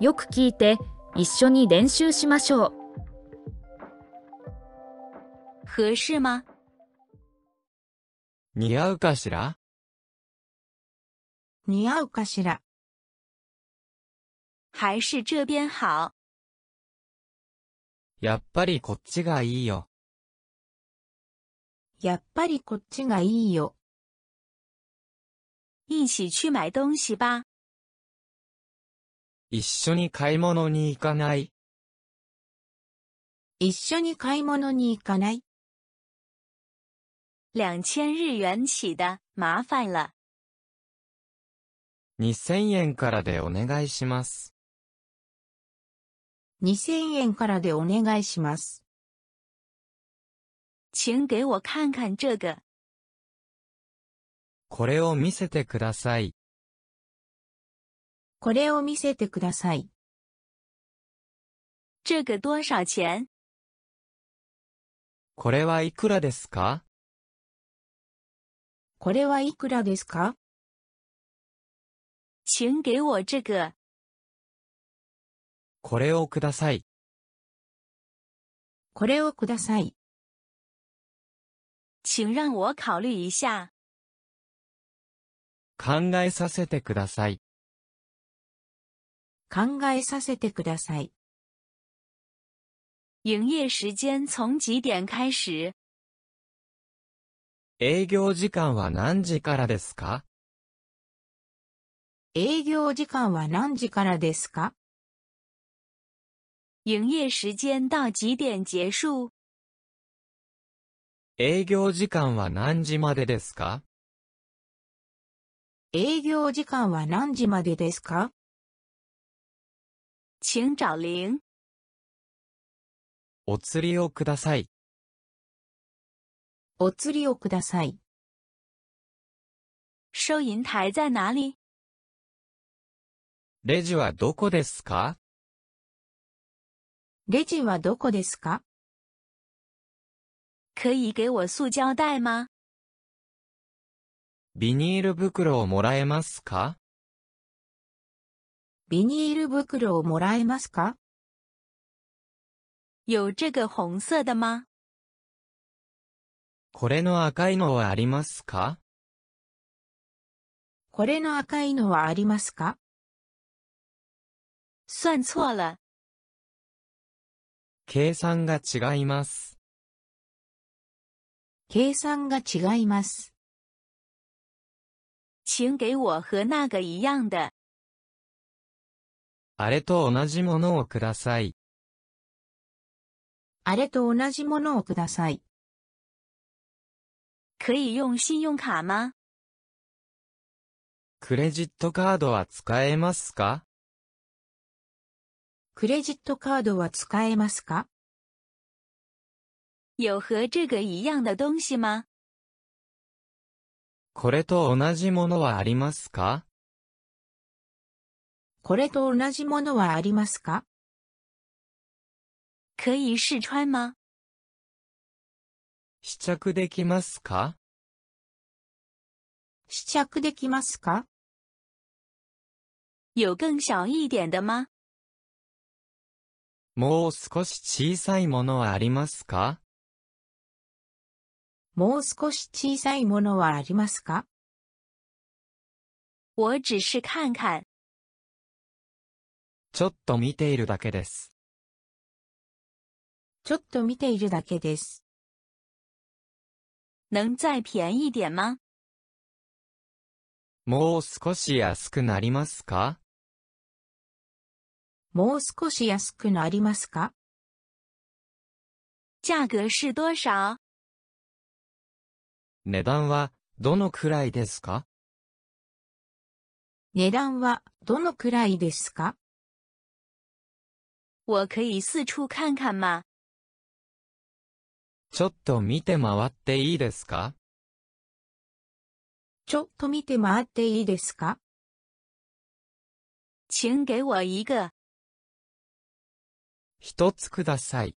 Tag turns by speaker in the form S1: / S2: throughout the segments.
S1: よく聞いて一緒に練習しましょう
S2: 合适吗？
S3: 似合うかしら
S4: 似合うかしら
S2: 还是这边好？
S3: やっぱりこっちがいいよ。
S4: やっぱりこっちがいいよ。
S2: 一起去买东西吧。
S3: 一緒に買い物に行かない。
S4: 一緒に買い物に行かない。
S2: 两千日元起的，麻烦了。
S3: 2000円からでお願いします。
S4: 2000円からでお願いします。
S2: 请给我看看这个，
S3: これを見せてください。
S4: これを見せてください。
S2: 这个多少钱？
S3: これはいくらですか
S4: これはいくらですか
S2: 请给我这个。
S3: これをください。
S4: これをください。
S2: 请让我考虑一下。
S3: 考えさせてください。
S4: 考えさせてください。
S2: 营业时间从几点开始？
S3: 営業時間は何時からですか
S4: 営業時間は何時からですか
S2: 营业时间到几点结束？
S3: 営業時間は何時までですか
S4: 営業時間は何時までですか
S2: 请找零。
S3: お釣りをください。
S4: お釣りをください。
S2: 收银台在哪里？
S3: レジはどこですか
S4: レジはどこですか
S2: 可以给我塑胶袋吗？
S3: ビニール袋をもらえますか
S4: ビニール袋をもらえますか
S2: 有这个红色的吗？
S3: これの赤いのはありますか
S4: これの赤いのはありますか
S2: 算错了，
S3: 計算が違います。
S4: 計算が違います。
S2: 请给我和那个一样的。
S3: あれと同じものをください。
S4: あれと同じものをください。
S2: 可以用信用卡吗？
S3: クレジットカードは使えますか
S4: クレジットカードは使えますか
S2: 有和这个一样的东西吗？
S3: これと同じものはありますか
S4: これと同じものはありますか
S2: 可以试穿吗？
S3: 試着できますか
S4: 試着できますか
S2: 有更小一点的吗？
S3: もう少し小さいものはありますか
S4: もう少し小さいものはありますか
S2: 我只是看看，
S3: ちょっと見ているだけです。
S4: ちょっと見ているだけです。
S2: 能再便宜点吗？
S3: もう少し安くなりますか
S4: もう少し安くなりますか
S2: 价格是多少？
S3: 値段はどのくらいですか
S4: 値段はどのくらいですか
S2: 我可以四处看看吗？
S3: ちょっと見て回っていいですか
S4: ちょっと見て回っていいですか
S2: 请给我一个。
S3: 一つください。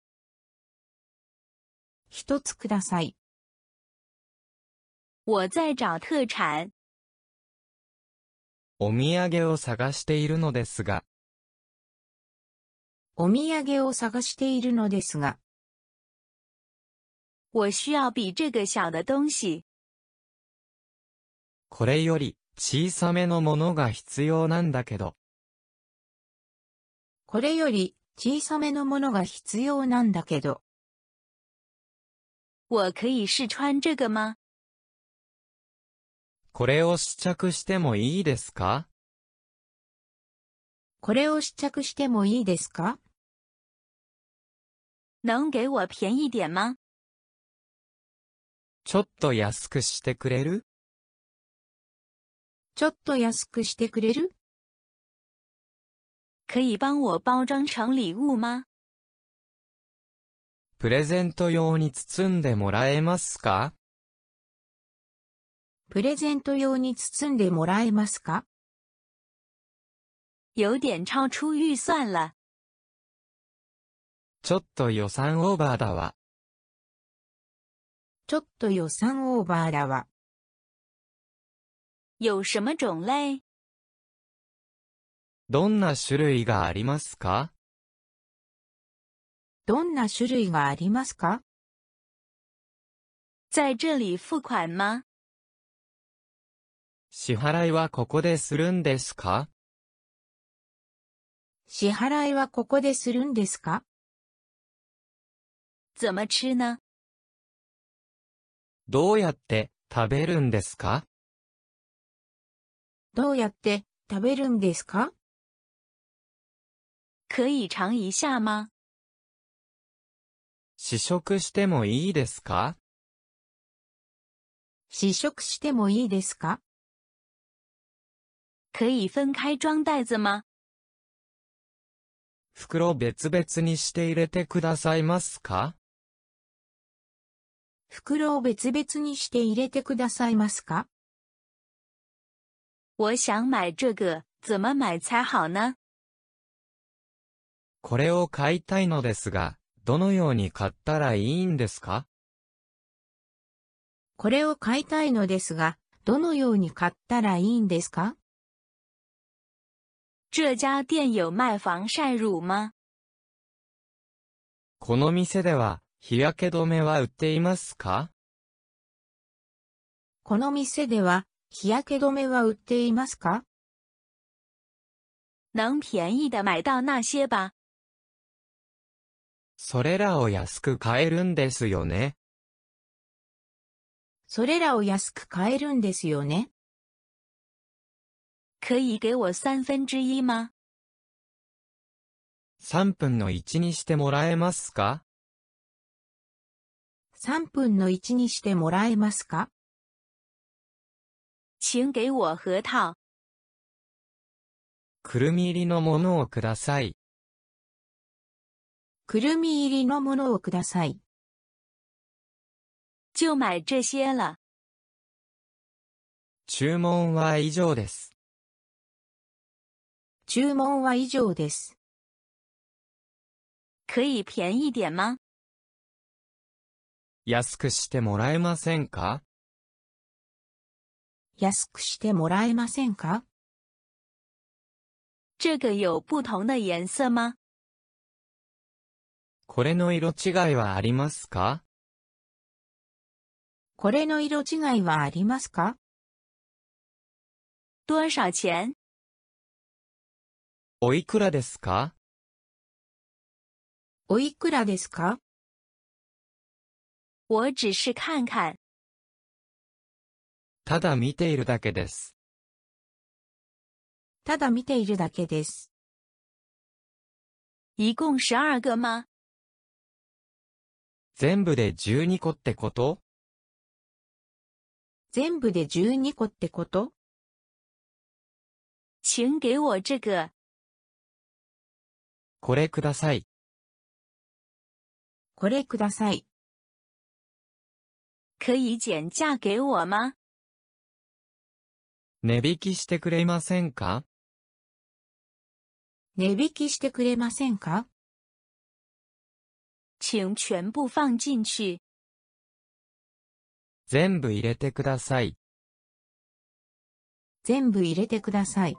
S4: 一つください。
S2: 我在找特产，
S3: お土産を探しているのですが、
S4: お土産を探しているのですが、
S2: 我需要比这个小的东西。
S3: これより小さめのものが必要なんだけど、
S4: これより小さめのものが必要なんだけど、
S2: 我可以试穿这个吗？
S3: これを試着してもいいですか
S4: これを試着してもいいですか
S2: 能给我便宜点吗？
S3: ちょっと安くしてくれる
S4: ちょっと安くしてくれる
S2: 可以帮我包装成礼物吗？
S3: プレゼント用に包んでもらえますか
S4: プレゼント用に包んでもらえますか
S2: 有点超出预算了，
S3: ちょっと予算オーバーだわ。
S4: ちょっと予算オーバーだわ。
S2: 有什么种类？
S3: どんな種類がありますか
S4: どんな種類がありますか
S2: 在这里付款吗？
S3: 支払いはここでするんですか
S4: 支払いはここでするんですか
S2: 怎么吃呢？
S3: どうやって食べるんですか
S4: どうやって食べるんですか
S2: 可以尝一下吗？
S3: 試食してもいいですか
S4: 試食してもいいですか
S2: 可以分开装袋子吗？
S3: 袋別々にして入れてくださいますか
S4: 袋を別々にして入れてくださいますか
S2: 我想买这个，怎么买才好呢？
S3: これを買いたいのですが、どのように買ったらいいんですか
S4: これを買いたいのですが、どのように買ったらいいんですか
S2: 这家店有卖防晒乳吗？
S3: この店では、日焼け止めは売っていますか
S4: この店では日焼け止めは売っていますか
S2: 能便宜的买到那些吧？
S3: それらを安く買えるんですよね。
S4: それらを安く買えるんですよね。
S2: 可以给我三分之一吗？
S3: 3分の1にしてもらえますか
S4: 3分の1にしてもらえますか
S2: 请给我核桃。
S3: くるみ入りのものをください。
S4: くるみ入りのものをください。
S2: 就买这些了。
S3: 注文は以上です。
S4: 注文は以上です。
S2: 可以便宜点吗？
S3: 安くしてもらえませんか
S4: 安くしてもらえませんか
S2: 这个有不同的颜色吗？
S3: これの色違いはありますか
S4: これの色違いはありますか
S2: 多少钱？
S3: おいくらですか
S4: おいくらですか
S2: 我只是看看。
S3: ただ見ているだけです。
S4: ただ見ているだけです。
S2: 一共十二个吗？
S3: 全部で12個ってこと
S4: 全部で12個ってこと
S2: 请给我这个。
S3: これください。
S4: これください。
S2: 可以减价给我吗？
S3: 値引きしてくれませんか
S4: 値引きしてくれませんか
S2: 请全部放进去。
S3: 全部入れてください。
S4: 全部入れてください。